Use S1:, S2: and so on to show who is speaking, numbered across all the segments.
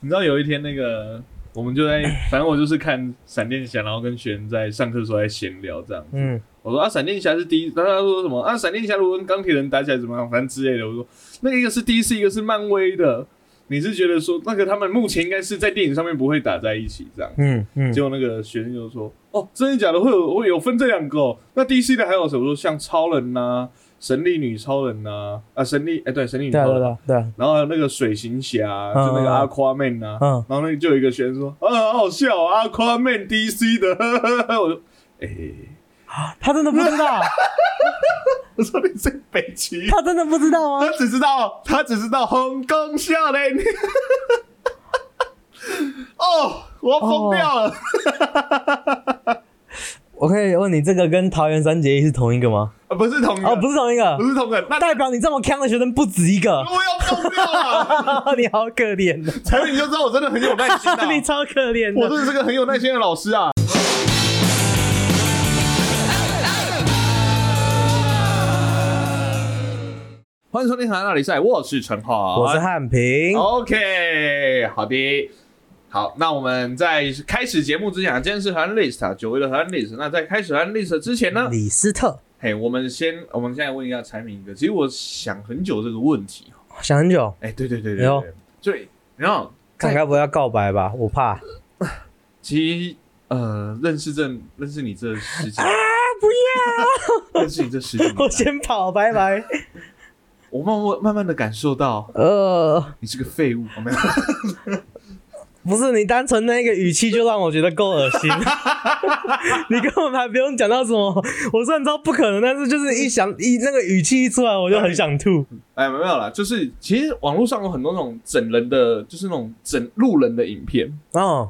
S1: 你知道有一天那个我们就在，反正我就是看闪电侠，然后跟学员在上课的时候在闲聊这样。
S2: 嗯，
S1: 我说啊，闪电侠是第一，然后他说什么啊，闪电侠如果跟钢铁人打起来怎么样，反正之类的。我说那个一个是 DC，一个是漫威的，你是觉得说那个他们目前应该是在电影上面不会打在一起这样？
S2: 嗯嗯
S1: 结果那个学生就说：“哦，真的假的？会有会有分这两个、哦？那 DC 的还有什么？说像超人呐、神力女超人呐、啊，神力哎、对，神力女
S2: 对啊
S1: 超
S2: 对
S1: 人，
S2: 啊对啊，
S1: 然后还有那个水行侠，
S2: 嗯
S1: 就那个
S2: 嗯
S1: Aquaman 呐、
S2: 嗯
S1: 啊然后那就有一个学生说：啊，好好笑、啊、，Aquaman DC 的。 呵呵呵”我就哎、
S2: 他真的不知道，
S1: 我说你最北齐。
S2: 他真的不知道
S1: 他
S2: 吗？
S1: 只知道，他只知道红宫笑脸。 哦，我要疯掉
S2: 哦
S1: 了！
S2: 我可以问你，这个跟桃园三结义是同一个吗？
S1: 啊，不是同一个
S2: 哦，不是同一个
S1: 不，是同个，那
S2: 代表你这么强的学生不止一个，
S1: 我要疯掉了！
S2: 你好可怜的，
S1: 才你就知道我真的很有耐心啊！
S2: 你超可怜
S1: 我
S2: 的。
S1: 真的是个很有耐心的老师啊！欢迎收听《海那里赛》，我是陈浩，
S2: 我是汉平，
S1: OK，好的。好，那我们在开始节目之前啊，今天是 Han List 啊，久违的 Han List。那在开始 Han List 之前呢，
S2: 李斯特，
S1: 嘿，我们先，我们现在问一下柴明哥，其实我想很久这个问题哦。
S2: 想很久，
S1: 哎，对对对
S2: 哎
S1: 对
S2: 呦
S1: 对，对，然后
S2: 看该不会要告白吧？我怕啊，
S1: 其实呃，认识这认识你这十几，
S2: 啊不要，
S1: 认识你这十几 年来，
S2: 我先跑，拜拜。
S1: 我慢慢慢慢的感受到
S2: 呃，
S1: 你是个废物，哦没有？
S2: 不是你单纯那个语气就让我觉得够恶 心，你根本还不用讲到什么。我虽然知道不可能，但是就是一想一那个语气一出来，我就很想吐。
S1: 哎，没有啦，就是其实网络上有很多那种整人的，就是那种整路人的影片，
S2: 哦，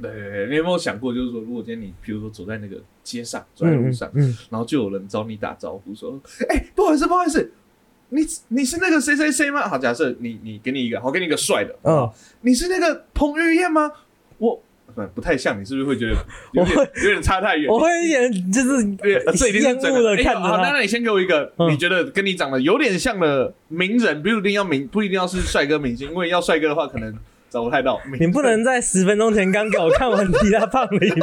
S1: 对对对，你有没有想过，就是说，如果今天你，比如说走在那个街上，走在
S2: 嗯
S1: 路
S2: 嗯
S1: 上，
S2: 嗯，
S1: 然后就有人找你打招呼说：“哎、不好意思，不好意思，你你是那个谁谁谁吗？”好，假设你你给你一个，好，给你一个帅的，
S2: 嗯
S1: 好你是那个彭于晏吗？我不不太像，你是不是会觉得有点
S2: 我
S1: 有点差太远？
S2: 我会一点就是
S1: 对，呃这一定是
S2: 厌
S1: 真
S2: 恶的
S1: 哎
S2: 看
S1: 好
S2: 着
S1: 好，那
S2: 他。
S1: 那你先给我一个
S2: 嗯
S1: 你觉得跟你长得有点像的名人，不一定要明，不一定要是帅哥明星，因为要帅哥的话可能找不太到。
S2: 你不能在十分钟前刚给我看完提拉胖的影片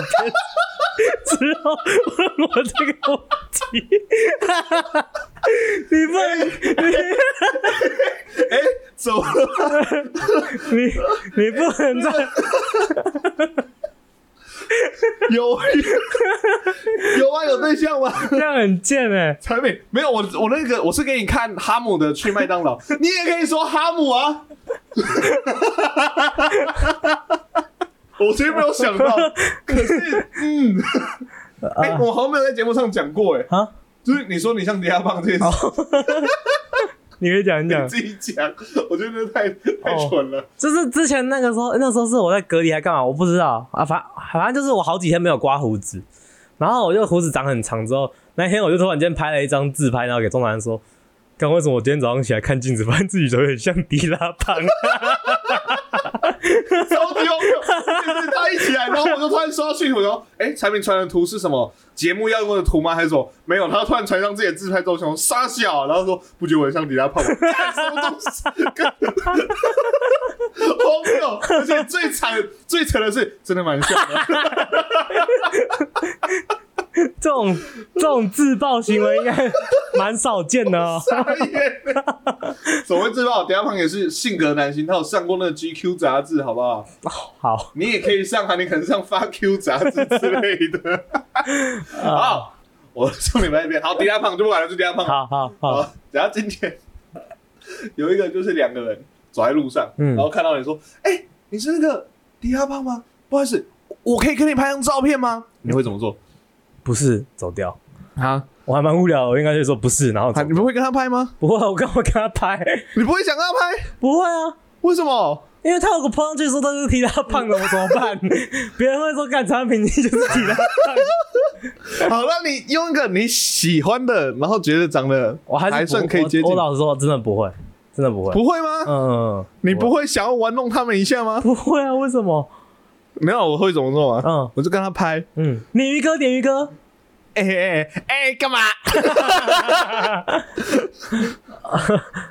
S2: 之后问我这个问题， 你不能
S1: 哎、走了。
S2: 你你不 能在
S1: 有 有啊，有对象吗？
S2: 这样很贱哎、
S1: 产品没有，我我那个我是给你看哈姆的去麦当劳，你也可以说哈姆啊。我其实没有想到，可是嗯，哎、我好像没有在节目上讲过哎、
S2: 啊！
S1: 就是你说你像迪亚胖这件事，
S2: 你可以讲一
S1: 你
S2: 讲，
S1: 自己讲，我觉得太太蠢了。
S2: 就是之前那个时候，那时候是我在隔离还干嘛？我不知道啊，反反正就是我好几天没有刮胡子，然后我就胡子长很长之后，那天我就突然间拍了一张自拍，然后给钟南说。刚为什么我今天早上起来看镜子，发现自己有点像迪拉胖？
S1: 超丢脸！就是他一起来，然后我就突然收到讯息，我说：“哎、产品传的图是什么？节目要用的图吗？还是什么？没有。”他突然传上自己的自拍照，我想说傻笑，然后说：“不觉得我很像李大胖吗？”干什么东西？干荒谬！而且最惨、最扯的是，真的蛮像的。
S2: 这种这种自爆行为应该蛮少见的哦。
S1: 傻眼！怎么会知道？李大胖也是性格男星，他有上过那个 GQ 杂志，啊好不好？
S2: 好，
S1: 你也可以上啊，你可能上《发 Q》杂志之类的。
S2: 啊，
S1: 好，我送你们一遍。好，迪拉胖就不管了，就迪拉胖。
S2: 好好好，
S1: 好，然后今天有一个就是两个人走在路上，
S2: 嗯
S1: 然后看到你说：“哎、你是那个迪拉胖吗？不好意思，我可以跟你拍张照片吗？”
S2: 嗯
S1: 你会怎么做？
S2: 不是走掉，
S1: 啊，
S2: 我还蛮无聊的，我应该就说不是，然后走
S1: 你们会跟他拍吗？
S2: 不会，我干嘛跟他拍？
S1: 你不会想跟他拍？
S2: 不会啊，
S1: 为什么？
S2: 因为他有个朋友就说他是提拉胖的，我怎么 办？别人会说干产品，你就是提拉胖，
S1: 好，那你用一个你喜欢的，然后觉得长得
S2: 我还是
S1: 还
S2: 不
S1: 算可以接近
S2: 我我，老实说，真的不会，真的不会。
S1: 不会吗？
S2: 嗯，
S1: 你不会想要玩弄他们一下吗？
S2: 不会啊？为什么？
S1: 没有，我会怎么做吗？
S2: 嗯
S1: 我就跟他拍，
S2: 嗯，鲶鱼哥，鲶鱼哥，
S1: 哎哎哎，干嘛？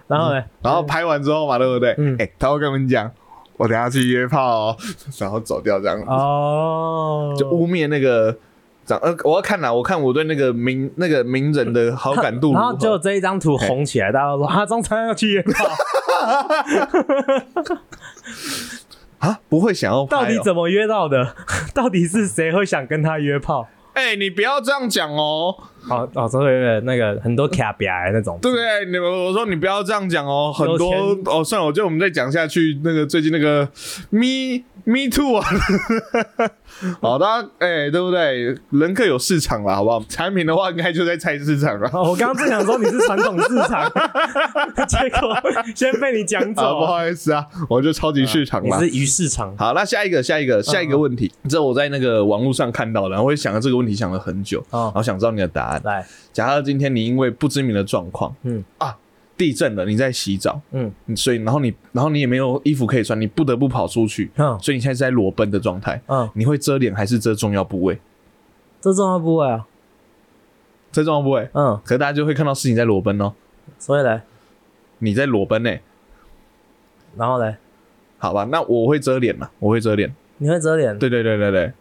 S2: 然后呢？
S1: 然后拍完之后嘛，对不对？哎、
S2: 嗯
S1: 他会跟我们讲，我等下去约炮、哦， 然后走掉这样，
S2: 哦，
S1: 嗯就污蔑那个长呃，我要看啦，我看我对那个名那个名人的好感度如
S2: 然
S1: 何。
S2: 后就这一张图
S1: 嘿
S2: 红起来，大家都说啊，张三要去约
S1: 哎
S2: 炮，
S1: 啊，不会想要拍、哦。
S2: 到底怎么约到的？ 到底是谁会想跟他约炮？
S1: 哎、你不要这样讲哦，
S2: 哦哦，所以那个很多卡比那种，
S1: 对不对？你我说你不要这样讲哦，很多
S2: 有钱
S1: 哦，算了，我觉得我们再讲下去，那个最近那个 me me too 啊， 好，大家哎、对不对？人各有市场啦，好不好？产品的话，应该就在菜市场了。
S2: 哦，我刚刚正想说你是传统市 场，结果先被你讲
S1: 啊，
S2: 走
S1: 不
S2: 了。
S1: 好意思啊，我就超级市场
S2: 你
S1: 啦。
S2: 是嗯鱼市场，
S1: 好，那下一个，下一个，下一个问题，这我在那个网络上看到的，然后我也想到这个问题想了很久，
S2: 哦
S1: 然后想知道你的答案。
S2: 来，
S1: 假设今天你因为不知名的状况，
S2: 嗯
S1: 啊，地震了，你在洗澡，
S2: 嗯
S1: 你所以然后你然后你也没有衣服可以穿，你不得不跑出去，
S2: 嗯
S1: 所以你现在是在裸奔的状态，
S2: 嗯，
S1: 你会遮脸还是遮重要部位？
S2: 这重要部位啊，
S1: 遮重要部位，
S2: 嗯，
S1: 可是大家就会看到是你在裸奔哦，
S2: 所以嘞，
S1: 你在裸奔呢、欸
S2: 然后嘞，
S1: 好吧，那我会遮脸嘛，我会遮脸，
S2: 你会遮脸，
S1: 对对对对对，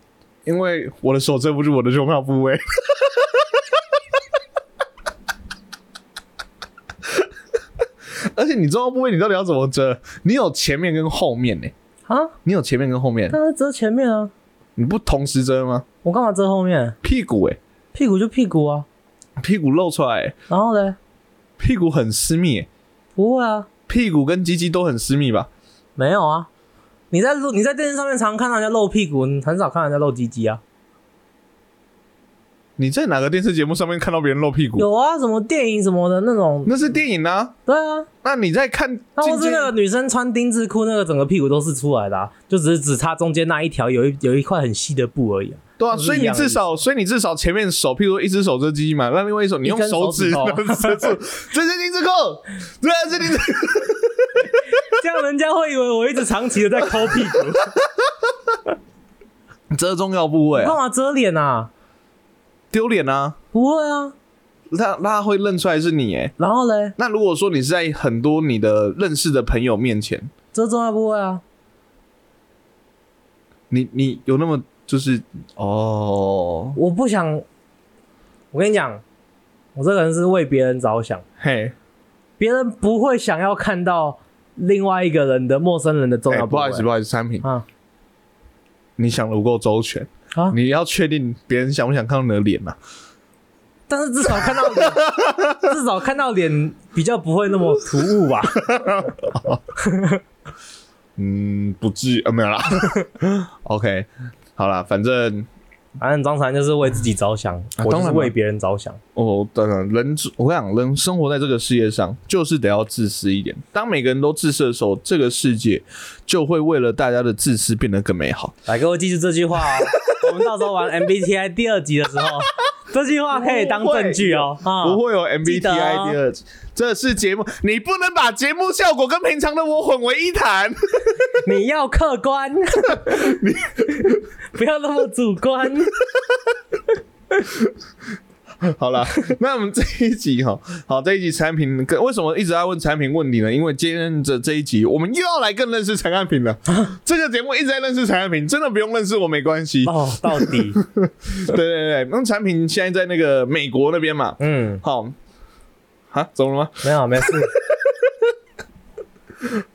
S1: 因为我的手遮不住我的重要部位。 而且你重要部位你到底要怎么遮？你有前面跟后面呢、
S2: 啊？
S1: 你有前面跟后面，
S2: 那遮前面啊，
S1: 你不同时遮吗？
S2: 我干嘛遮后面？
S1: 屁股哎、
S2: 屁股就屁股啊，
S1: 屁股露出来欸、
S2: 然后嘞，
S1: 屁股很私密欸、
S2: 不会啊，
S1: 屁股跟鸡鸡都很私密吧？
S2: 没有啊。你在路你在电视上面常看到人家露屁股，你很少看到人家露鸡鸡啊。
S1: 你在哪个电视节目上面看到别人露屁股？
S2: 有啊，什么电影什么的那种，
S1: 那是电影啊。
S2: 对啊。
S1: 那你在看金
S2: 那或是
S1: 鸡
S2: 那个女生穿丁字裤，那个整个屁股都是出来的、啊，就只是只差中间那一条有一有一块很细的布而已、啊。
S1: 对啊，
S2: 就是
S1: 所以
S2: 一
S1: 你
S2: 样的
S1: 至
S2: 意思
S1: 少，所以你至少前面手，譬如说一只手遮鸡嘛，那另外一手你用
S2: 一根
S1: 手
S2: 手
S1: 指
S2: 指头
S1: 能遮住，这是丁字裤，这是丁字裤。
S2: 这样人家会以为我一直长期的在抠屁 股，
S1: 遮重要部位
S2: 干
S1: 啊，
S2: 嘛遮脸啊？
S1: 丢脸啊！
S2: 不会啊。
S1: 他他会认出来是你哎。
S2: 然后嘞，
S1: 那如果说你是在很多你的认识的朋友面前，
S2: 遮重要部位啊，
S1: 你你有那么就是哦，
S2: 我不想。我跟你讲，我这个人是为别人着想，
S1: 嘿，
S2: 别人不会想要看到另外一个人的陌生人的重
S1: 哎
S2: 要
S1: 不
S2: 部位。
S1: 好意思不好意思，产品，
S2: 啊
S1: 你想的不够周全，
S2: 啊！
S1: 你要确定别人想不想看到你的脸啊呐？
S2: 但是至少看到脸，至少看到脸比较不会那么突兀吧？
S1: 嗯，不至于，呃，没有啦。OK，好啦，反正。
S2: 反正啊张三就是为自己着想，
S1: 啊当
S2: 我就
S1: 然
S2: 是
S1: 嘛
S2: 为别人着想。
S1: 哦，当然，人我跟你讲，人生活在这个世界上，就是得要自私一点。当每个人都自私的时候，这个世界就会为了大家的自私变得更美好。
S2: 来，各位记住这句话哦。我们到时候玩 MBTI 第二集的时候，这句话可以当证据哦。啊，
S1: 不会有
S2: 记得
S1: MBTI
S2: 哦
S1: 第二集，这是节目，你不能把节目效果跟平常的我混为一谈。
S2: 你要客观， 不要那么主观。
S1: 好啦， 那我们这一集哈，好，这一集产品跟为什么一直在问产品问题呢？因为今天的这一集，我们又要来更认识陈汉平了。这个节目一直在认识陈汉平，真的不用认识我没关系。
S2: 哦，到底，
S1: 对对对，那产品现在在那个美国那边嘛，
S2: 嗯，
S1: 好，啊，怎么了吗？
S2: 没有， 没事。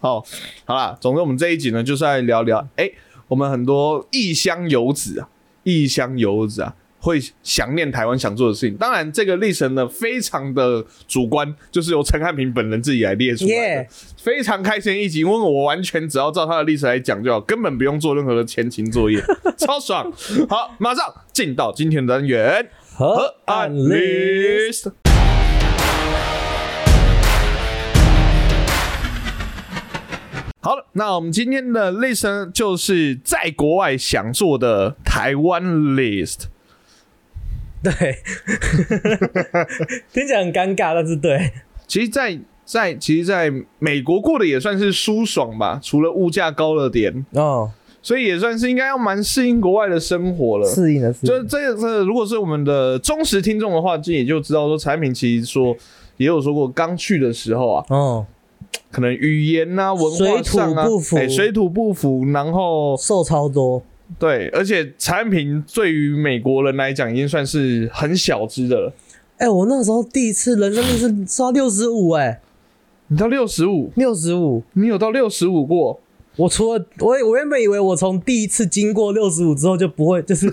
S1: 好，好啦，总之我们这一集呢，就是来聊聊，哎、我们很多异乡游子啊，异乡游子啊，会想念台湾想做的事情。当然，这个历程呢，非常的主观，就是由陈汉平本人自己来列出来的
S2: Yeah
S1: 非常开心的一集，因为我完全只要照他的历史来讲就好，根本不用做任何的前情作业， 超爽。好，马上进到今天的单元。
S2: 和案例，
S1: 好了，那我们今天的 list 呢就是在国外想做的台湾 list。
S2: 对，听起来很尴尬，但是对，
S1: 其实在，在其实，在美国过得也算是舒爽吧，除了物价高了点，
S2: 哦，
S1: 所以也算是应该要蛮适应国外的生活了。
S2: 适应的适
S1: 就
S2: 应。
S1: 这个，这如果是我们的忠实听众的话，这也就知道说，产品其实说也有说过，刚去的时候啊，
S2: 哦，
S1: 可能语言啊、文化上啊，
S2: 水土不服
S1: 哎水土不服，然后
S2: 瘦超多，
S1: 对，而且产品对于美国人来讲已经算是很小只的了，
S2: 哎、我那时候第一次人生第一次吃到六十五，哎，
S1: 你到六十五，
S2: 六十五，
S1: 你有到六十五过？
S2: 我除了我我原本以为我从第一次经过六十五之后就不会，就 是就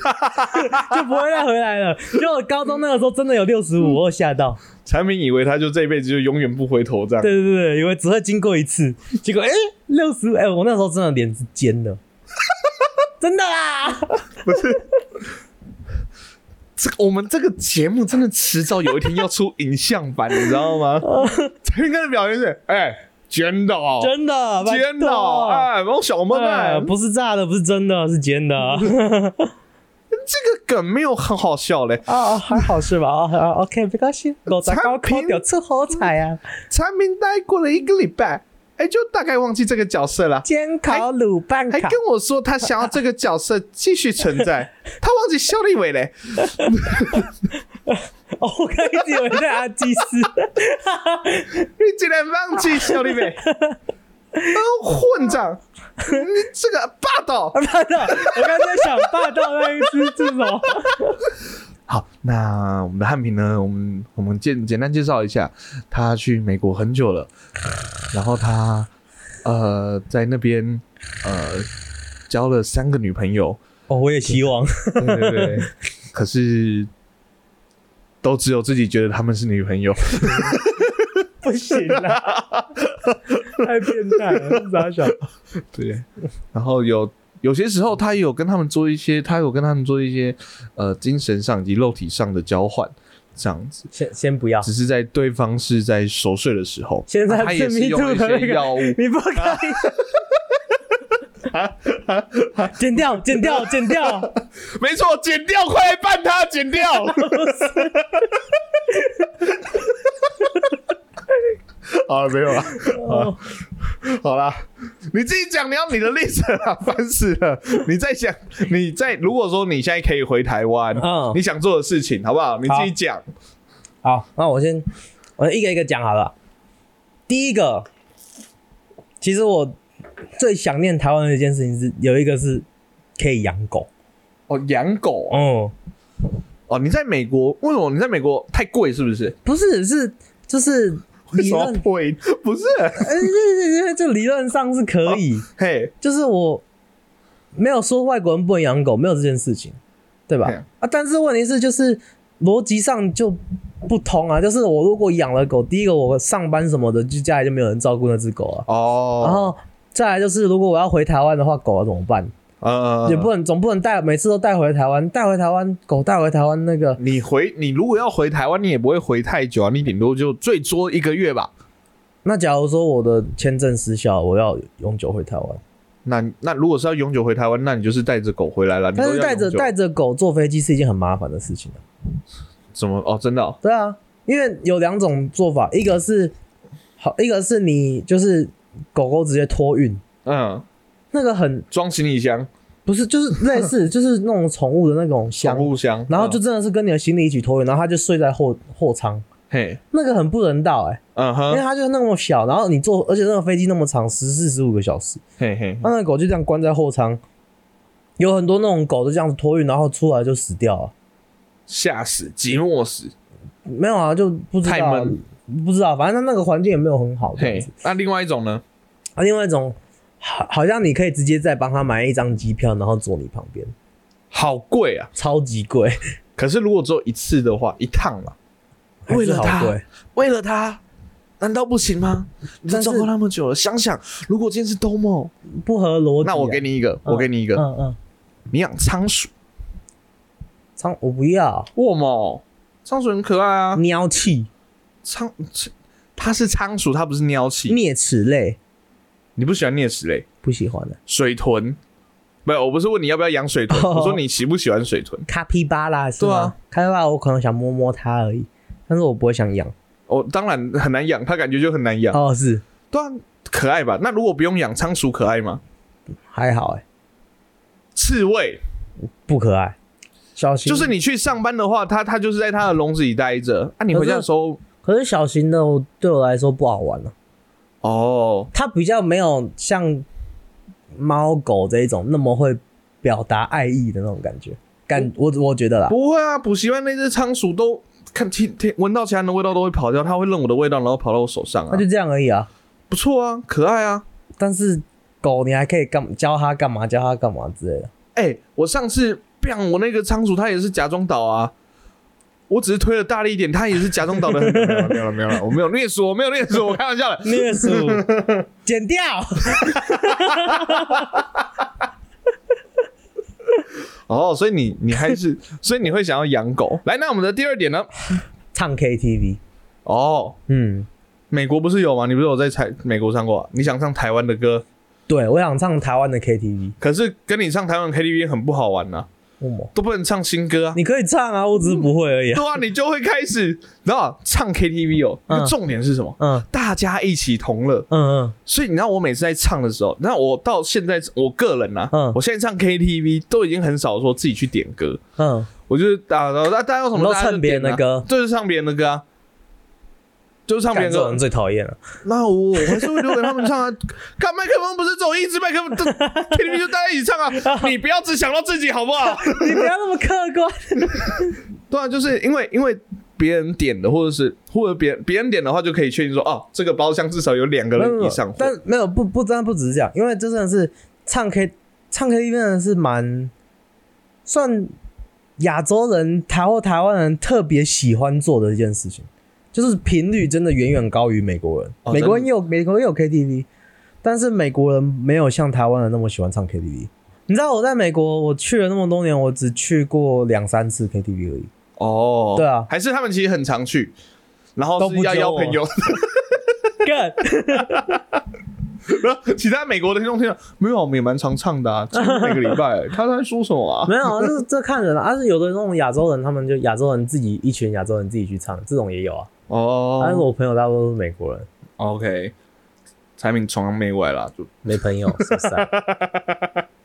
S2: 不会再回来了。就我高中那个时候真的有六十五，我有吓到。
S1: 产品以为他就这辈子就永远不回头这样，
S2: 对对对，以为只会经过一次，结果哎六十哎，我那时候真的脸是尖 的，真的啊啦。
S1: 这个我们这个节目真的迟早有一天要出影像版，你知道 吗？陈云哥的表情是，哎、真的、哦，
S2: 真的，拜
S1: 真的哦，
S2: 托
S1: 哎、王小梦哎，
S2: 哎不是炸的，不是真的，是 尖的
S1: 这个梗没有很好笑嘞。
S2: 啊，还好是吧？啊啊，OK，没关系，我在高考
S1: 产品
S2: 有出好彩啊，
S1: 产品待过了一个礼拜，哎、就大概忘记这个角色了。
S2: 煎烤卤拌
S1: 还
S2: 烤
S1: 跟，我说他想要这个角色继续存 在，他忘记肖立伟嘞，
S2: 哦，我刚一直以为在阿基斯，
S1: 你竟然忘记肖立 伟，都混账！你这个霸道。
S2: 霸道， 我刚才在想霸道那一只是什么？
S1: 好，那我们的汉平呢？我们我们简简单介绍一下，他去美国很久了，然后他呃在那边呃交了三个女朋友，
S2: 哦，我也希望，
S1: 对对对，可是都只有自己觉得他们是女朋友。
S2: 不行啦， 太变态了，傻小。
S1: 对，然后有有些时候他也有跟他们做一些，他有跟他们做一些呃精神上以及肉体上的交换，这样子。
S2: 先先不要，
S1: 只是在对方是在熟睡的时候，
S2: 现在
S1: 啊他也
S2: 是
S1: 是
S2: Me
S1: 用
S2: Too
S1: 一
S2: 的那
S1: 些
S2: 个
S1: 药物，
S2: 你不可以。 剪掉，剪掉，剪掉！
S1: 没错，剪掉，快来办他，剪 掉。 好了，没有了，
S2: 哦，
S1: 好了，你自己讲你要你的例子啊，烦死了！你在 想，你在如果说你现在可以回台湾，
S2: 嗯
S1: 你想做的事情好不好？你自
S2: 好
S1: 己讲。
S2: 好，那我先，我一个一个讲好了。第一个，其实我最想念台湾的一件事情是，有一个是可以养狗。
S1: 哦，养狗哦
S2: 哦、
S1: 哦，你在美国为什么你在美国太贵是不是？
S2: 不是，是就是
S1: 为
S2: 理
S1: 什么
S2: 论，
S1: 贵？不 是，
S2: 呃，就理论上是可以，
S1: 嘿，
S2: 就是我没有说外国人不能养狗，没有这件事情，对吧
S1: 对啊？
S2: 啊，但是问题是就是逻辑上就不通啊，就是我如果养了狗，第一个我上班什么的，就家里就没有人照顾那只狗啊，然
S1: 哦，
S2: 后。再来就是，如果我要回台湾的话，狗要怎么办？
S1: 呃，
S2: 哦也不能总不能带每次都带回台湾，带回台湾狗带回台湾那个
S1: 你回你如果要回台湾，你也不会回太久啊，你顶多就最多一个月吧。
S2: 那假如说我的签证失效，我要永久回台湾，
S1: 那那如果是要永久回台湾，那你就是带着狗回来了。你都
S2: 但是
S1: 要
S2: 带着
S1: 永久
S2: 带着狗坐飞机是一件很麻烦的事情啊
S1: 怎么？哦，真的哦，
S2: 对啊，因为有两种做法，一个是好，一个是你就是狗狗直接托运，
S1: 嗯，
S2: 那个很
S1: 装行李箱、
S2: 不是就是类 似就是那种宠物的那种箱
S1: 宠，物箱，
S2: 然后就
S1: 嗯
S2: 真的是跟你的行李一起托运，然后它就睡在后后舱。
S1: 嘿，
S2: 那个很不人道哎、
S1: 嗯
S2: 因为
S1: 哼，
S2: 它就那么小，然后你坐，而且那个飞机那么长，十四十五个小时，
S1: 嘿嘿，
S2: 那那狗就这样关在后舱，有很多那种狗就这样子托运，然后出来就死掉了。
S1: 吓死，寂寞死，
S2: 没有啊，就不知道
S1: 太
S2: 啊，不知道，反正它那个环境也没有很好这样
S1: 嘿
S2: 子。。
S1: 那另外一种呢？
S2: 啊，另外一种好，好像你可以直接再帮他买一张机票，然后坐你旁边，
S1: 好贵啊！
S2: 超级贵，
S1: 可是如果只有一次的话，一趟嘛，
S2: 还
S1: 为
S2: 是
S1: 了
S2: 好
S1: 他
S2: 贵。
S1: 为了他，难道不行吗？你
S2: 但是
S1: 照顾那么久了，想想如果今天是冬梦，
S2: 不合逻辑啊、
S1: 那我给
S2: 你
S1: 你一个，我给你一个，
S2: 嗯嗯，
S1: 你养仓鼠，
S2: 仓我不要
S1: 哇嘛，仓鼠很可爱啊，
S2: 喵气
S1: 仓，它是仓鼠，它不是鸟气，
S2: 啮齿类
S1: 你不喜欢啮齿类，
S2: 不喜欢的，
S1: 水豚，没有，我不是问你要不要养水 豚，
S2: 哦
S1: 我说你喜不喜欢水豚？
S2: 卡皮巴拉是
S1: 对啊
S2: 吗？卡皮巴拉我可能想摸摸它而已，但是我不会想养。
S1: 哦，当然很难养，它感觉就很难养，
S2: 哦，是
S1: 对啊，可爱吧？那如果不用养仓鼠，可爱吗？
S2: 还好哎、
S1: 刺猬，
S2: 不可爱，小型
S1: 就是。你去上班的话，它它就是在它的笼子里待着，啊，你回家的时候。
S2: 可是小型的我对我来说不好玩了、啊
S1: 哦，
S2: 它比较没有像猫狗这一种那么会表达爱意的那种感觉。感我我觉得啦，
S1: 不会啊，补习班那只仓鼠都看听听闻到其他人的味道都会跑掉，它会认我的味道，然后跑到我手上啊
S2: 那，就这样而已啊。
S1: 不错啊，可爱啊。
S2: 但是狗你还可以干教它干嘛，教它干嘛之类的。
S1: 哎、我上次 biang 我那个仓鼠，它也是假装倒啊。我只是推的大力一点，它也是假装倒的。没有了，没有了，没有了，我没有虐鼠，我没有虐鼠，我开玩笑的。
S2: 虐鼠， 剪掉。
S1: 哦，所以你你还是，所以你会想要养狗。来，那我们的第二点呢？
S2: 唱 KTV，
S1: 哦，
S2: 嗯，
S1: 美国不是有吗？你不是有在台美国唱过、啊？你想唱台湾的歌，
S2: 对我想唱台湾的 KTV。
S1: 可是跟你唱台湾 KTV 很不好玩呐、
S2: 为什么
S1: 都不能唱新歌啊。
S2: 你可以唱啊，我只是不会而已、啊。
S1: 对啊，你就会开始，然后唱 KTV 哦。那
S2: 嗯
S1: 重点是什么？
S2: 嗯
S1: 大家一起同乐。
S2: 嗯
S1: 所以你知道我每次在唱的时候，那我到现在我个人啊，
S2: 嗯
S1: 我现在唱 KTV 都已经很少说自己去点歌，
S2: 嗯嗯，
S1: 我就是打打大家有什么
S2: 你都
S1: 大家就
S2: 蹭别人
S1: 点
S2: 的
S1: 啊，
S2: 歌，
S1: 就是唱别人的歌啊，就是唱别
S2: 干
S1: 人
S2: 这
S1: 的
S2: 种
S1: 歌
S2: 人。最讨厌了。
S1: 那我我还是会留给他们唱啊。 看麦克风不是只有一支麦克风，KTV 就大家一起唱啊。 你不要只想到自己好不好？
S2: 你不要那么客观。
S1: 对啊，就是因为因为别人点的，或者是或者别人别人点的话，就可以确定说，哦，这个包厢至少有两个
S2: 没有没
S1: 人
S2: 有
S1: 以上。
S2: 但没有不不真的不只是这样，因为这真的是唱 K 唱 KTV 真的是蛮算亚洲人台或台湾人特别喜欢做的一件事情，就是频率真的远远高于美国人。
S1: 哦
S2: 美国人
S1: 真的
S2: 也有美国人也有 KTV，但是美国人没有像台湾人那么喜欢唱 KTV。你知道我在美国，我去了那么多年，我只去过两三次 KTV 而已。
S1: 哦，
S2: 对啊
S1: 还是他们其实很常去，然
S2: 都
S1: 后
S2: 不
S1: 是要
S2: 揪
S1: 邀
S2: 我
S1: 朋友。
S2: 干，
S1: 然后其他美国的听众听到没有，我们也蛮常唱的啊，几乎每个礼拜。 他在说什么啊？
S2: 没有啊，这这看人啊，但是有的那种亚洲人，他们就亚洲人自己一群亚洲人自己去唱，这种也有啊。但
S1: 哦
S2: 是我朋友大多都是美国人，
S1: ，OK，产品崇洋媚外啦，就
S2: 没朋友，是不是 啊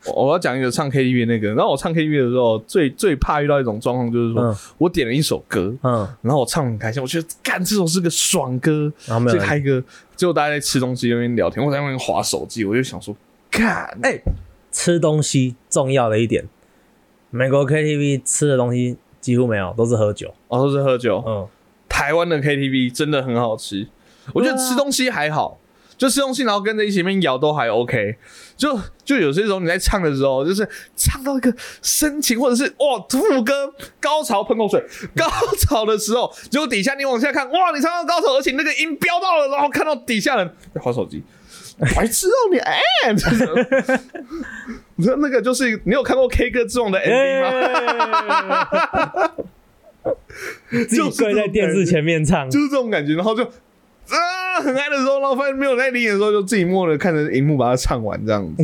S1: 我我要讲一个唱 KTV 那个，然后我唱 KTV 的时候，最最怕遇到一种状况，就是说、
S2: 嗯
S1: 我点了一首歌，
S2: 嗯，
S1: 然后我唱得很开心，我觉得干这首是个爽歌，
S2: 然后没有
S1: 这
S2: 人
S1: 嗨歌，结果大家在吃东西那边聊天，我在那边划手机，我就想说，干，哎、
S2: 吃东西重要的一点，美国 KTV 吃的东西几乎没有，都是喝酒。
S1: 我说是喝酒，
S2: 嗯，
S1: 台湾的 KTV 真的很好吃，我觉得吃东西还好。就吃东西，然后跟着一起面摇都还 OK，就就有些时候你在唱的时候，就是唱到一个深情，或者是哇副歌高潮喷口水，高潮的时候，结果底下你往下看，哇，你唱到高潮，而且那个音飙到了，然后看到底下人在划手机，白痴哦你哎，就是你说那个就是你有看过《K 歌之王》的 MV
S2: 哎
S1: 吗？
S2: 自己跪在电视前面唱，
S1: 就是这种感觉，然后就啊很爱的时候，然后发现没有在理你的时候，就自己默默的看着荧幕把它唱完这 样子。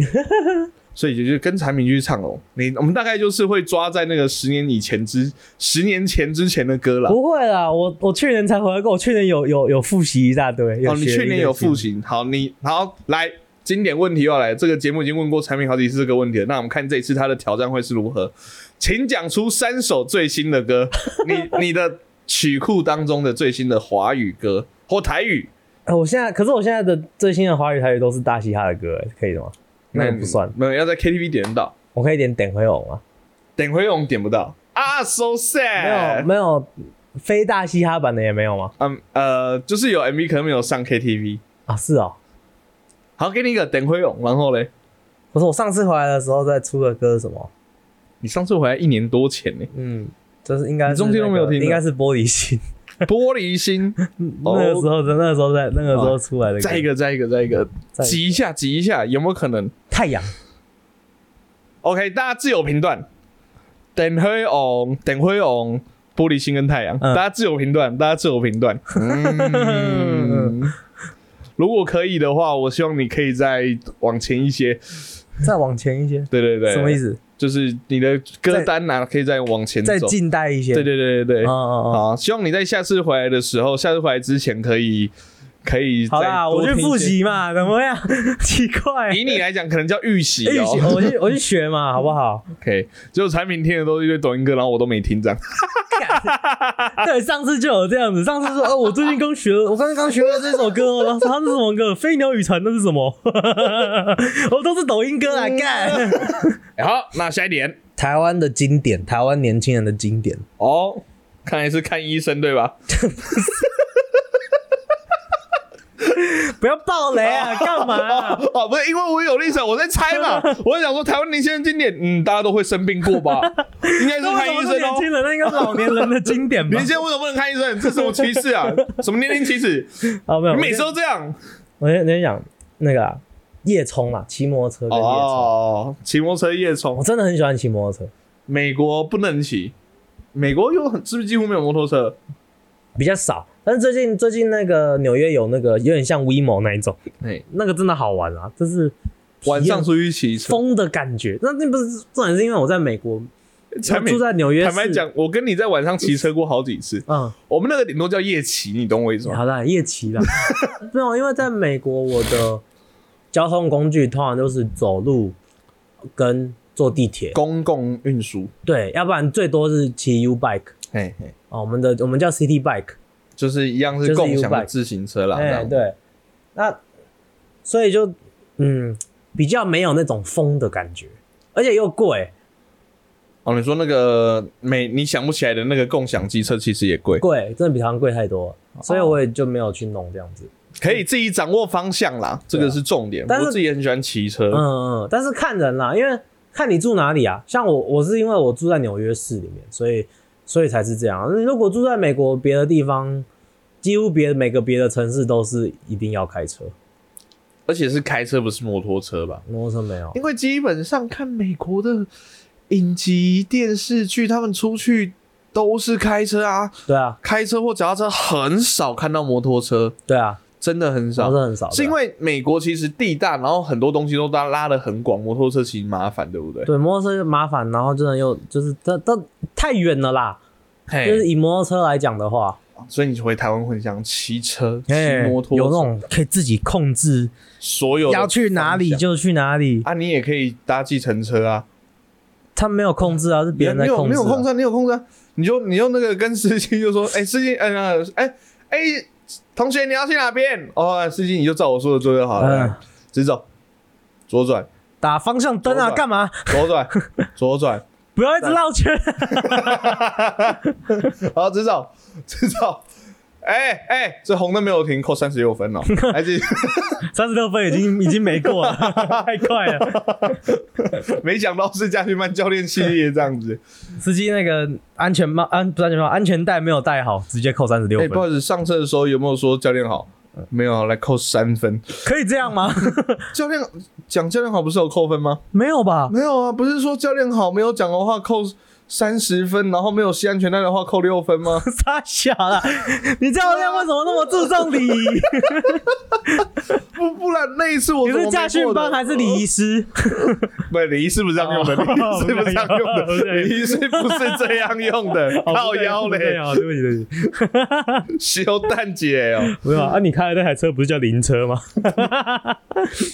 S1: 所以就是跟产品去唱哦，你我们大概就是会抓在那个十年以前之十年前之前的歌啦。
S2: 不会啦，我我去年才回来过，我去年有有有复习一大堆。有
S1: 哦，你
S2: 学
S1: 去年
S2: 一
S1: 有
S2: 个新
S1: 复习，好，你好来经典问题又要来，这个节目已经问过产品好几次这个问题了，那我们看这一次他的挑战会是如何，请讲出三首最新的歌，你你的曲库当中的最新的华语歌或台语，
S2: 呃我现在可是我现在的最新的华语台语都是大嘻哈的歌，欸可以的吗？那个
S1: 你
S2: 不算，
S1: 没有要在 KTV 点得到，
S2: 我可以点点回偶吗？
S1: 等回勇点不到啊，so
S2: 没有
S1: sad，
S2: 没有，非大嘻哈版的也没有吗？
S1: 嗯呃，就是有 MV 可能没有上 KTV，
S2: 啊，是哦。
S1: 好，给你一个等回勇，然后嘞，
S2: 可是我上次回来的时候在出的歌是什么？
S1: 你上次回来一年多前呢、
S2: 嗯，就是应该是
S1: 你中间都
S2: 那
S1: 没有
S2: 个
S1: 听的
S2: 应该是玻璃心。
S1: 玻璃心，
S2: 那个时候的那个时候在那个时候出来的歌。
S1: 再哦一个，再一个，再一个，
S2: 再一个
S1: 挤一下，挤一下，有没有可能
S2: 太阳，
S1: ？OK，大家自由评断。等灰红，等灰红，玻璃心跟太阳，
S2: 嗯
S1: 大家自由评断，大家自由评断。嗯，如果可以的话，我希望你可以再往前一些。
S2: 再往前一些，
S1: 对对对，
S2: 什么意？思？
S1: 就是你的歌单呐、可以再往前走。
S2: 再近代一些。
S1: 对对对对对。
S2: 哦哦哦。
S1: 好，希望你在下次回来的时候，下次回来之前可以可以
S2: 好
S1: 再
S2: 啦，
S1: 多
S2: 我去
S1: 听一些
S2: 复。习嘛，怎么样？ 奇怪，哎
S1: 以你来讲，可能叫预习
S2: 预
S1: 哦。
S2: 习， 我去我去学嘛，好不好？
S1: OK，就产品听的都是一堆抖音歌，然后我都没听这样。
S2: 对，上次就有这样子，上次说哦，我最近刚学，我刚刚学了这首歌哦，然后说它是什么歌？飞鸟与蝉，那是什么？ 我都是抖音歌啊，干！
S1: 哎好，那下一点
S2: 台湾的经典，台湾年轻人的经典，
S1: 哦，看来是看医生对吧？
S2: 不要爆雷啊，干嘛啊、
S1: 哦，不是，因为我有立场，我在猜 嘛。我在想说，台湾年轻人经典，嗯，大家都会生病过吧？应该是
S2: 那为
S1: 看
S2: 什
S1: 医
S2: 么是
S1: 生
S2: 年
S1: 哦。
S2: 轻人？那应该是老年人的经典吧
S1: 年？轻人为什么不能看医生？这是什么歧视 啊？什么年龄歧视？
S2: 啊，没有，
S1: 你
S2: 我
S1: 每
S2: 先
S1: 次都这样。
S2: 我先我先讲那个啊夜冲嘛，骑摩托车跟夜冲。
S1: 哦，骑摩托车夜
S2: 我
S1: 冲，
S2: 真的很喜欢骑摩托车，
S1: 美国不能骑，美国又很是不是几乎没有摩托车？
S2: 比较少。但是最近最近那个纽约有那个有点像 WeMo 那一种，
S1: 哎，
S2: 那个真的好玩啊，就是体验
S1: 晚上出去骑车。
S2: 风的感觉。那那不是重点是因为我在美国，
S1: 产
S2: 我
S1: 品
S2: 住在纽约市。
S1: 坦白讲，我跟你在晚上骑车过好几次，
S2: 嗯，
S1: 我们那个顶多叫夜骑，你懂我意思吗？
S2: 好啦，夜骑啦。 没有，因为在美国我的交通工具通常都是走路跟坐地铁，
S1: 公共运输，
S2: 对，要不然最多是骑 U bike
S1: 嘿嘿，
S2: 哦，我们的我们叫 City bike。
S1: 就是一样
S2: 就是是
S1: 共享
S2: U-bike
S1: 的自行车啦。这
S2: 哎，
S1: 样
S2: 对，那所以就嗯，比较没有那种风的感觉，而且又贵，
S1: 哦，你说那个美，你想不起来的那个共享机车其实也贵，
S2: 贵真的比台湾贵太多了，所以
S1: 哦
S2: 我也就没有去弄这样子。
S1: 可以自己掌握方向啦，这个是重点。
S2: 啊但是
S1: 我自己也很喜欢骑车，
S2: 嗯嗯，但是看人啦，因为看你住哪里啊。像我，我是因为我住在纽约市里面，所以所以才是这样。啊如果住在美国别的地方，几乎别每个别的城市都是一定要开车，
S1: 而且是开车不是摩托车吧？
S2: 摩托车没有。
S1: 因为基本上看美国的影集、电视剧，他们出去都是开车啊，
S2: 对啊，
S1: 开车或脚踏车很少看到摩托车，
S2: 对啊，
S1: 真的很
S2: 摩
S1: 少
S2: 托。车很少。
S1: 是因
S2: 对啊
S1: 为美国其实地大，然后很多东西都拉拉的很广，摩托车其实麻烦，对不对？
S2: 啊对摩托车就麻烦，然后真的又就是这这太远了啦。就
S1: 嘿，
S2: 是以摩托车来讲的话，
S1: 所以你回台湾会想骑车、骑
S2: 哎
S1: 摩托车，
S2: 有那种可以自己控制
S1: 所有的
S2: 要去哪里
S1: 方向
S2: 就去哪里，
S1: 啊，你也可以搭计程车啊，
S2: 他没有控制啊，是别人
S1: 你
S2: 在
S1: 有
S2: 控
S1: 没
S2: 制
S1: 有控
S2: 啊。
S1: 制啊，你有控制啊，你就你就那个跟司机 就说，哎、司机，哎、那个哎哎，同学你要去哪边？哦，司机你就照我说的做就好了，
S2: 嗯
S1: 直走，左转，
S2: 打方向灯啊，
S1: 左转
S2: 干嘛？
S1: 左 转，左转，
S2: 不要一直绕圈。
S1: 好，直走，直走。哎、哎、这红灯没有停，扣三十六分哦，还是
S2: 三十六分已 经已经没过了，太快了。
S1: 没想到是家训班教练系列这 样子。
S2: 司机那个安全帽安不是安全帽安全带没有带好，直接扣三十六
S1: 哎、
S2: 分、
S1: 不好意思，上车的时候有没有说教练好？没有，啊来扣三分。
S2: 可以这样 吗？
S1: 教练讲教练好不是有扣分吗？
S2: 没有吧？
S1: 没有啊，不是说教练好没有讲的话扣三十分，然后没有系安全带的话扣六分 吗？
S2: 傻小啊了，你教练为什么那么注重礼仪？
S1: 不不然那一次我
S2: 你
S1: 怎么
S2: 是
S1: 没
S2: 驾训
S1: 过的
S2: 班还是礼仪师？
S1: 不，礼仪是不是这样用的？礼仪是不是这样用
S2: 哦
S1: 的？礼仪是不是这样用的？靠腰
S2: 对
S1: 嘞，
S2: 啊，对不起对不起。
S1: 修蛋姐哦，
S2: 没有啊， 啊你开的那台车不是叫灵车吗？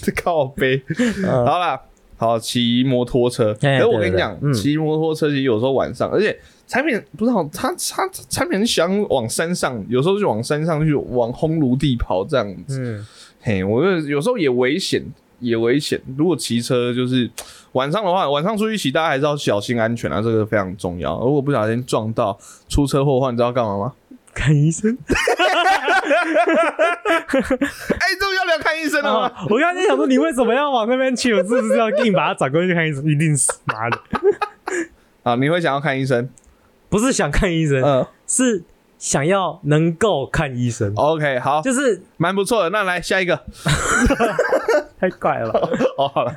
S1: 这靠背。好啦，好骑摩托车。
S2: 嗯哎
S1: 哎，我
S2: 对
S1: 跟你
S2: 对
S1: 讲
S2: 对嗯，
S1: 骑摩托车其实有时候晚上，而且产品不是好，他他产品很喜欢往山上，有时候就往山上去，往烘炉地跑这样子。
S2: 嗯，
S1: 嘿，我觉得有时候也危险，也危险。如果骑车就是晚上的话，晚上出去骑，大家还是要小心安全啊，这个非常重要。如果不小心撞到出车祸的话，你知道干嘛吗？
S2: 看医生。
S1: 哎，这个要聊看医生了吗？
S2: 哦我刚才在想说，你为什么要往那边去？我是不是要硬把它转过去看医生？一定是妈的，
S1: 啊，你会想要看医生？
S2: 不是想看医生，
S1: 嗯
S2: 是想要能够看医生，
S1: ，OK，好，
S2: 就是
S1: 蛮不错的。那来下一个。
S2: 太怪了吧。
S1: 哦，好了，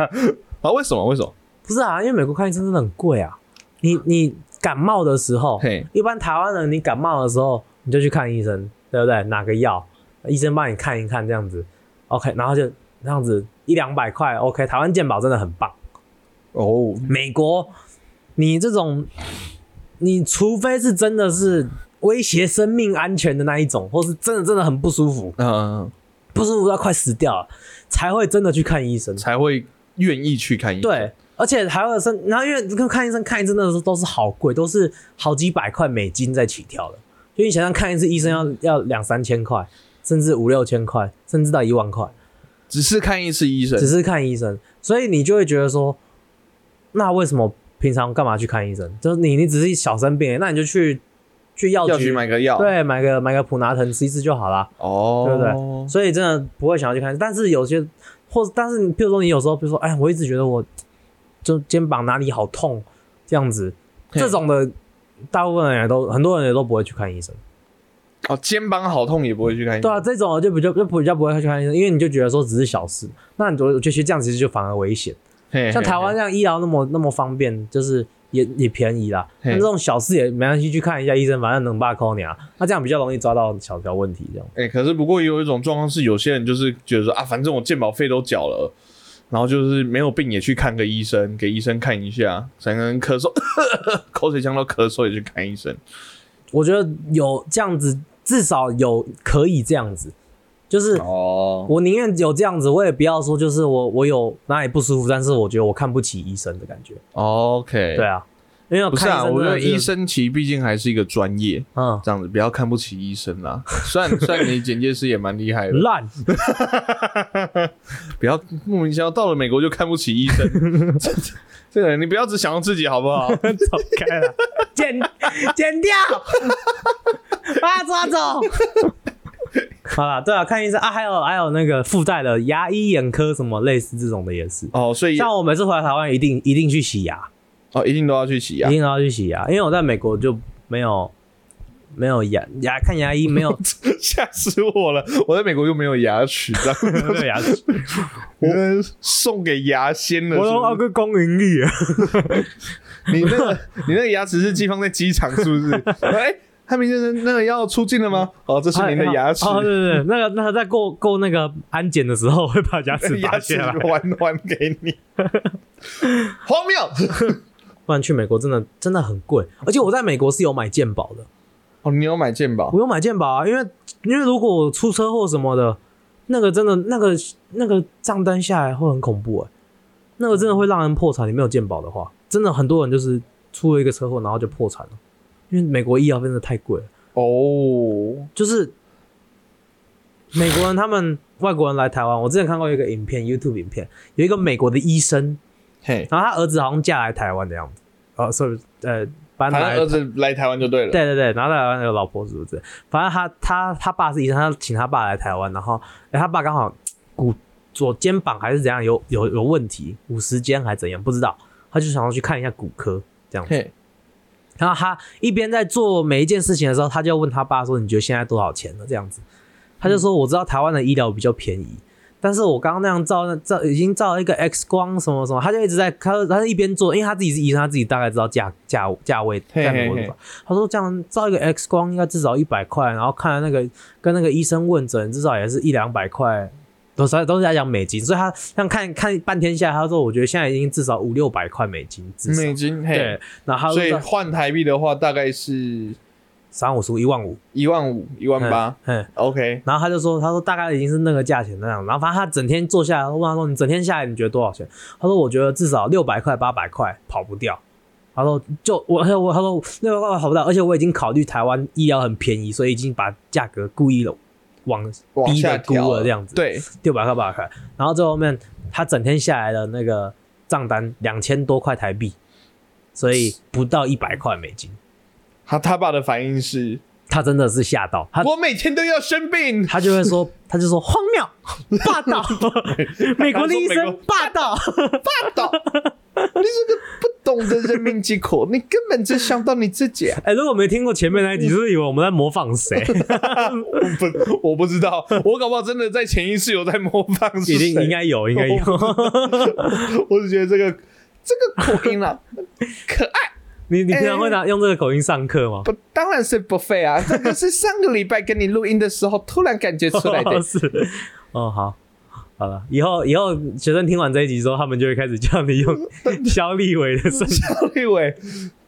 S1: 啊，为什么？为什么？
S2: 不是啊，因为美国看医生真的很贵啊。你你感冒的时候
S1: 嘿，
S2: 一般台湾人你感冒的时候你就去看医生，对不对？拿个药，医生帮你看一看这样子，OK，然后就这样子一两百块，OK。台湾健保真的很棒。
S1: 哦，
S2: 美国，你这种，你除非是真的是威胁生命安全的那一种，或是真的真的很不舒服，
S1: 嗯，
S2: 不舒服到快死掉了，才会真的去看医生。
S1: 才会愿意去看医生。
S2: 对，而且还有生，然后因为跟看医生看一次那时候都是好贵，都是好几百块美金在起跳的。就你想想看一次医生要要两三千块，甚至五六千块，甚至到一万块，
S1: 只是看一次医生
S2: 只，是看医生，所以你就会觉得说，那为什么平常干嘛去看医生？就是你你只是小生病，那你就去去药
S1: 要
S2: 局
S1: 去买个药，
S2: 对，买个买个普拿疼吃一次就好啦。
S1: 哦，
S2: 对不对？所以真的不会想要去看。但是有些，或者但是你，比如说你有时候，比如说，哎，我一直觉得我就肩膀哪里好痛，这样子，
S1: 嘿
S2: 这种的，大部分人也都很多人也都不会去看医生。
S1: 哦，肩膀好痛也不会去看医生，
S2: 对啊，这种就比较就比较不会去看医生，因为你就觉得说只是小事。那你就我觉得其实这样其实就反而危险。
S1: 对
S2: 像台湾这样医疗那么那么方便，就是也也便宜啦。
S1: 嘿
S2: 那这种小事也没关系，去看一下医生，反正能把扣你啊。那这样比较容易抓到小条问题，这样。
S1: 哎、可是不过也有一种状况是，有些人就是觉得说啊，反正我健保费都缴了，然后就是没有病也去看个医生，给医生看一下，整个人咳嗽， 口水呛到咳嗽也去看医生。
S2: 我觉得有这样子，至少有可以这样子，就是
S1: 哦，
S2: 我宁愿有这样子，我也不要说就是我我有哪里不舒服，但是我觉得我看不起医生的感觉。
S1: OK，
S2: 对，啊，因为我
S1: 不是
S2: 看
S1: 啊，
S2: 医生
S1: 我觉
S2: 真
S1: 得
S2: 的是
S1: 医，生其实毕竟还是一个专业，
S2: 嗯，
S1: 这样子不要看不起医生啦。虽然虽然你简介师也蛮厉害的，
S2: 烂，
S1: 不要莫名其妙到了美国就看不起医生， 这这个人你不要只想到自己好不好？
S2: 走开了，剪 剪掉，把他抓走。 好了，对啊，看医生啊，还有还有那个附带的牙医、眼科什么类似这种的也是。
S1: 哦，所以
S2: 像我每次回来台湾，一定一定去洗牙，
S1: 哦一定都要去洗牙
S2: 一。定要去洗牙，因为我在美国就没有没有牙牙看牙医，没有
S1: 吓死我了！我在美国又没有牙齿，这样
S2: 没有牙齿，
S1: 我们送给牙仙了
S2: 我哦用
S1: 是
S2: 个公盈利啊，
S1: 不是。你那个你那个牙齿是寄放在机场是不是？哎、汉明先生，那个要出境了吗？哦，这是您的牙齿，
S2: 哦，对对对，那个那个在过过那个安检的时候会把牙齿拔
S1: 牙
S2: 下
S1: 齿
S2: 来，
S1: 还还给你，荒谬！
S2: 不然去美国真的真的很贵，而且我在美国是有买健保的，
S1: 哦，你有买健保
S2: 我有买健保啊，因为因为如果我出车祸什么的，那个真的那个那个账单下来会很恐怖哎、那个真的会让人破产。你没有健保的话，真的很多人就是出了一个车祸然后就破产了，因为美国医疗真的太贵了。
S1: 哦？
S2: 就是美国人他们外国人来台湾，我之前看过一个影片，YouTube 影片，有一个美国的医生，
S1: 嘿，
S2: 然后他儿子好像嫁来台湾的样子，哦，所以呃，搬
S1: 反
S2: 来
S1: 正儿子来台湾就对了。
S2: 对对对，然后在台湾有老婆是不是？反正他他他爸是医生，他请他爸来台湾，然后、哎他爸刚好骨左肩膀还是怎样有有有问题，五十肩还怎样不知道，他就想要去看一下骨科这样子。
S1: 嘿，
S2: 然后他一边在做每一件事情的时候，他就问他爸说：“你觉得现在多少钱呢？”这样子，他就说：“我知道台湾的医疗比较便宜。”但是我刚刚那样照那照已经照了一个 X 光什么什么，他就一直在他他就一边做，因为他自己是医生，他自己大概知道价价价位
S1: 嘿
S2: 在美国多
S1: 嘿
S2: 少。他说这样照一个 X 光应该至少一百块，然后看那个跟那个医生问诊至少也是一两百块，都是都是在讲美金，所以他这样看看半天下来，他说我觉得现在已经至少五六百块美金至少
S1: 美。金嘿
S2: 对，，然后他
S1: 所以
S2: 说
S1: 换台币的话大概是
S2: 三五十五一万五，
S1: 一万五、一万八。
S2: 嗯，嗯
S1: OK，
S2: 然后他就说，他说大概已经是那个价钱那样，然后反正他整天坐下来，我问他说你整天下来你觉得多少钱？他说我觉得至少六百块八百块跑不掉。他说就我我他说六百块跑不掉，而且我已经考虑台湾医疗很便宜，所以已经把价格故意的往
S1: 往
S2: 低
S1: 下
S2: 的估
S1: 调
S2: 了这样子，
S1: 对，
S2: 六百块八百块。然后最后面他整天下来的那个账单两千多块台币，所以不到一百块美金。
S1: 他他爸的反应是：
S2: 他真的是吓到，他
S1: 我每天都要生病。
S2: 他就会 说，他就说荒谬、霸 道，美国的医
S1: 他说美国
S2: 生霸道，
S1: 懂，你这个不懂得人民疾苦，你根本只想到你自己、啊。
S2: 哎、如果没听过前面那一集，就是以为我们在模仿 谁，
S1: 我不，我不知道，我搞不好真的在潜意识有在模仿是谁。
S2: 一定应该有， 应该有。
S1: 我只觉得这个这个口音啊，可爱。
S2: 你你平常会拿用这个口音上课 吗？
S1: 不，当然是不费啊，这个是上个礼拜跟你录音的时候突然感觉出来的。
S2: 是，哦，好。好了，以后以后学生听完这一集之后，他们就会开始叫你 用肖立伟 的声音。
S1: 赵立伟，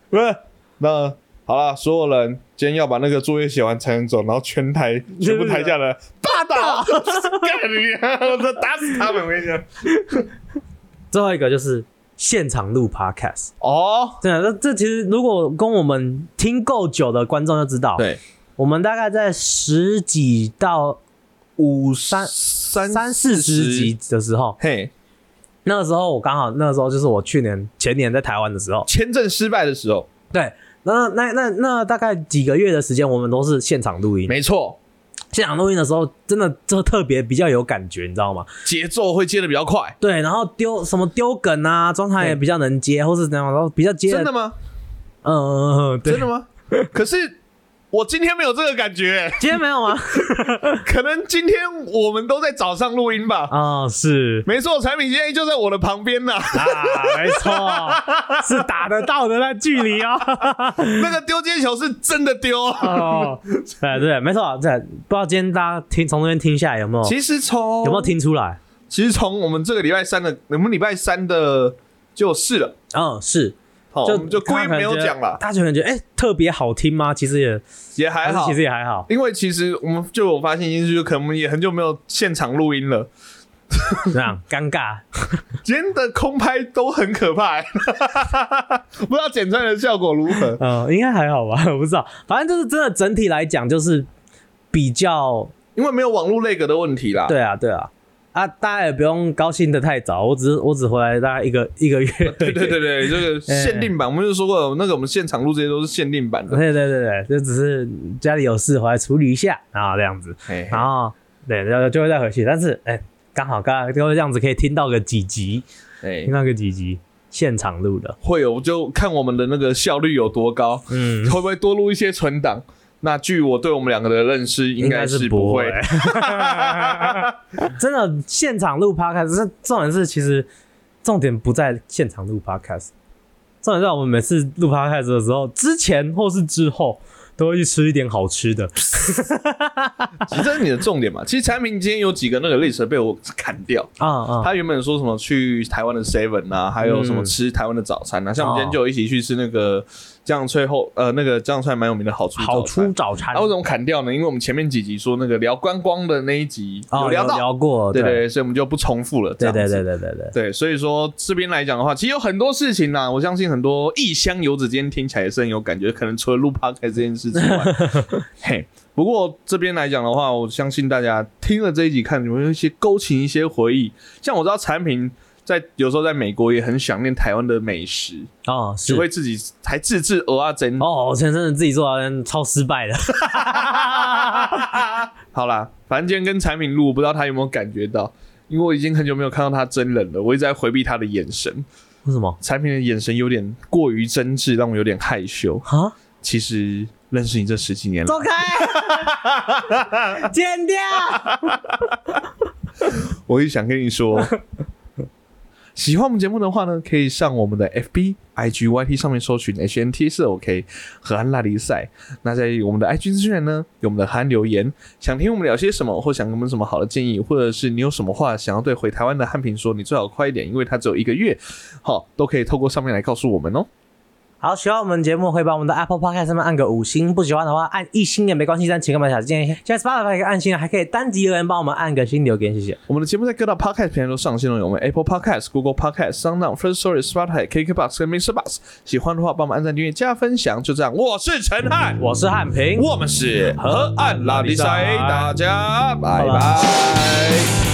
S1: 不是那。好了，所有人今天要把那个作业写完才能走，然后全台全部台下的霸道，啊干你娘！我说打死他们！我跟你讲，
S2: 最后一个就是现场录 podcast。
S1: 哦，
S2: 对啊，这这其实如果跟我们听够久的观众就知道，
S1: 对，
S2: 我们大概在十几到
S1: 五三
S2: 三
S1: 三
S2: 四十集，的时候，
S1: 嘿，
S2: 那个时候我刚好那个时候就是我去年前年在台湾的时候，
S1: 签证失败的时候，
S2: 对，那那那那大概几个月的时间，我们都是现场录音。
S1: 没错，
S2: 现场录音的时候，真的就特别比较有感觉，你知道吗？
S1: 节奏会接的比较快，
S2: 对，然后丢什么丢梗啊，状态也比较能接，或是怎样，然后比较接
S1: 真的吗？
S2: 嗯嗯嗯，对
S1: 真的，吗？可是我今天没有这个感觉，
S2: 今天没有吗？
S1: 可能今天我们都在早上录音吧。
S2: 啊、是
S1: 没错，产品建议就在我的旁边呐、
S2: 啊，没错， 是打得到的那距离哦。
S1: 那个丢接球是真的丢。
S2: 哦， 对对，没错，对，不知道今天大家听从这边听下来有没有
S1: 其实从
S2: 有没有？听出来？
S1: 其实从我们这个礼拜三的，我们礼拜三的就是了。
S2: 嗯，是，
S1: 好，哦我们就故意
S2: 大家可能
S1: 没有
S2: 觉得
S1: 讲了，
S2: 大家可能觉得哎、特别好听吗？其实也
S1: 也还
S2: 是
S1: 好，
S2: 其。实也还好
S1: 因为其实我们就我发现一件事，就是可能我们也很久没有现场录音了。
S2: 这样尴尬。
S1: 今天的空拍都很可怕、欸， 不知道剪出来的效果如何。
S2: 嗯，应该还好吧， 我不知道，反正就是真的整体来讲就是比较，
S1: 因为没有网络那个的问题啦。，
S2: 对啊，对啊。啊，大家也不用高兴的太早，我只是我只回来大概一个 一个月而已。
S1: 对对对对，这个限定版，我们就说过，那个我们现场录这些都是限定版的。
S2: 对对对对，就只是家里有事回来处理一下啊，这样子，
S1: 嘿嘿
S2: 然后对，然后就会再回去。但是哎，刚好刚好就这样子可以听到个几集，
S1: 哎
S2: 听，到个几集现场录的，
S1: 会有就看我们的那个效率有多高，
S2: 嗯，
S1: 会不会多录一些存档？那据我对我们两个的认识，应该
S2: 是
S1: 不
S2: 会
S1: 会。。
S2: 真的，现场录 podcast，是重点是其实重点不在现场录 podcast，重点在我们每次录 podcast 的时候，之前或是之后都会去吃一点好吃的。
S1: 其实这是你的重点嘛。其实产品今天有几个那个 list 被我砍掉，
S2: 啊啊，
S1: 他原本说什么去台湾的 Seven 啊，还有什么
S2: 嗯
S1: 吃台湾的早餐啊，像我们今
S2: 哦
S1: 天就有一起去吃那个酱脆后呃那个酱脆还蛮有名的好处
S2: 好
S1: 出
S2: 出。早餐
S1: 啊，为什么砍掉呢？因为我们前面几集说那个聊观光的那一集有
S2: 哦，
S1: 聊
S2: 有
S1: 到，
S2: 聊过，
S1: 对
S2: 对
S1: 对，所以我们就不重复了。这
S2: 对
S1: 样子
S2: 对对对对对，
S1: 对，所以说这边来讲的话，其实有很多事情啦，我相信很多异乡游子今天听起来也是很有感觉，可能除了录 p o d 这件事之 外，嘿，不过这边来讲的话，我相信大家听了这一集看，你们有一些勾起一些回忆。像我知道产品在有时候在美国也很想念台湾的美食，
S2: 哦
S1: 只
S2: 是。
S1: 会自己还自制鹅啊煎。
S2: 哦， 我前阵子自己做的超失败的，
S1: 好啦，反正今天跟产品录，我不知道他有没有感觉到，因为我已经很久没有看到他真人了，我一直在回避他的眼神。
S2: 为什么
S1: 产品的眼神有点过于真挚，让我有点害羞。
S2: 啊？
S1: 其实认识你这十几年
S2: 走
S1: 了，
S2: 开， 剪掉。
S1: 我也想跟你说，喜欢我们节目的话呢，可以上我们的 FB、IG、YT 上面搜寻 HNT 是 OK 河岸拉力赛。那在我们的 IG 资讯栏呢，有我们的韩留言，想听我们聊些什么，或想给我们什么好的建议，或者是你有什么话想要对回台湾的汉平说，你最好快一点，因为它只有一个月，好，都可以透过上面来告诉我们哦。
S2: 好，喜欢我们节目，可以帮我们的 Apple Podcast 上面按个五星，不喜欢的话按一星也没关系，但请给我们小建议。现在 Spotify 可以按星啊了，还可以单集留言帮我们按个星留言，谢谢。
S1: 我们的节目在各大 podcast 平台都上线了，有我们 Apple Podcast、Google Podcast、Sound On、First Story、Spotify、KKBox 跟 Mr. Box。喜欢的话，帮我们按赞、订阅、加分享。就这样，我是陈汉，
S2: 我是汉平，
S1: 我们是河岸拉力赛，大家拜
S2: 拜
S1: 拜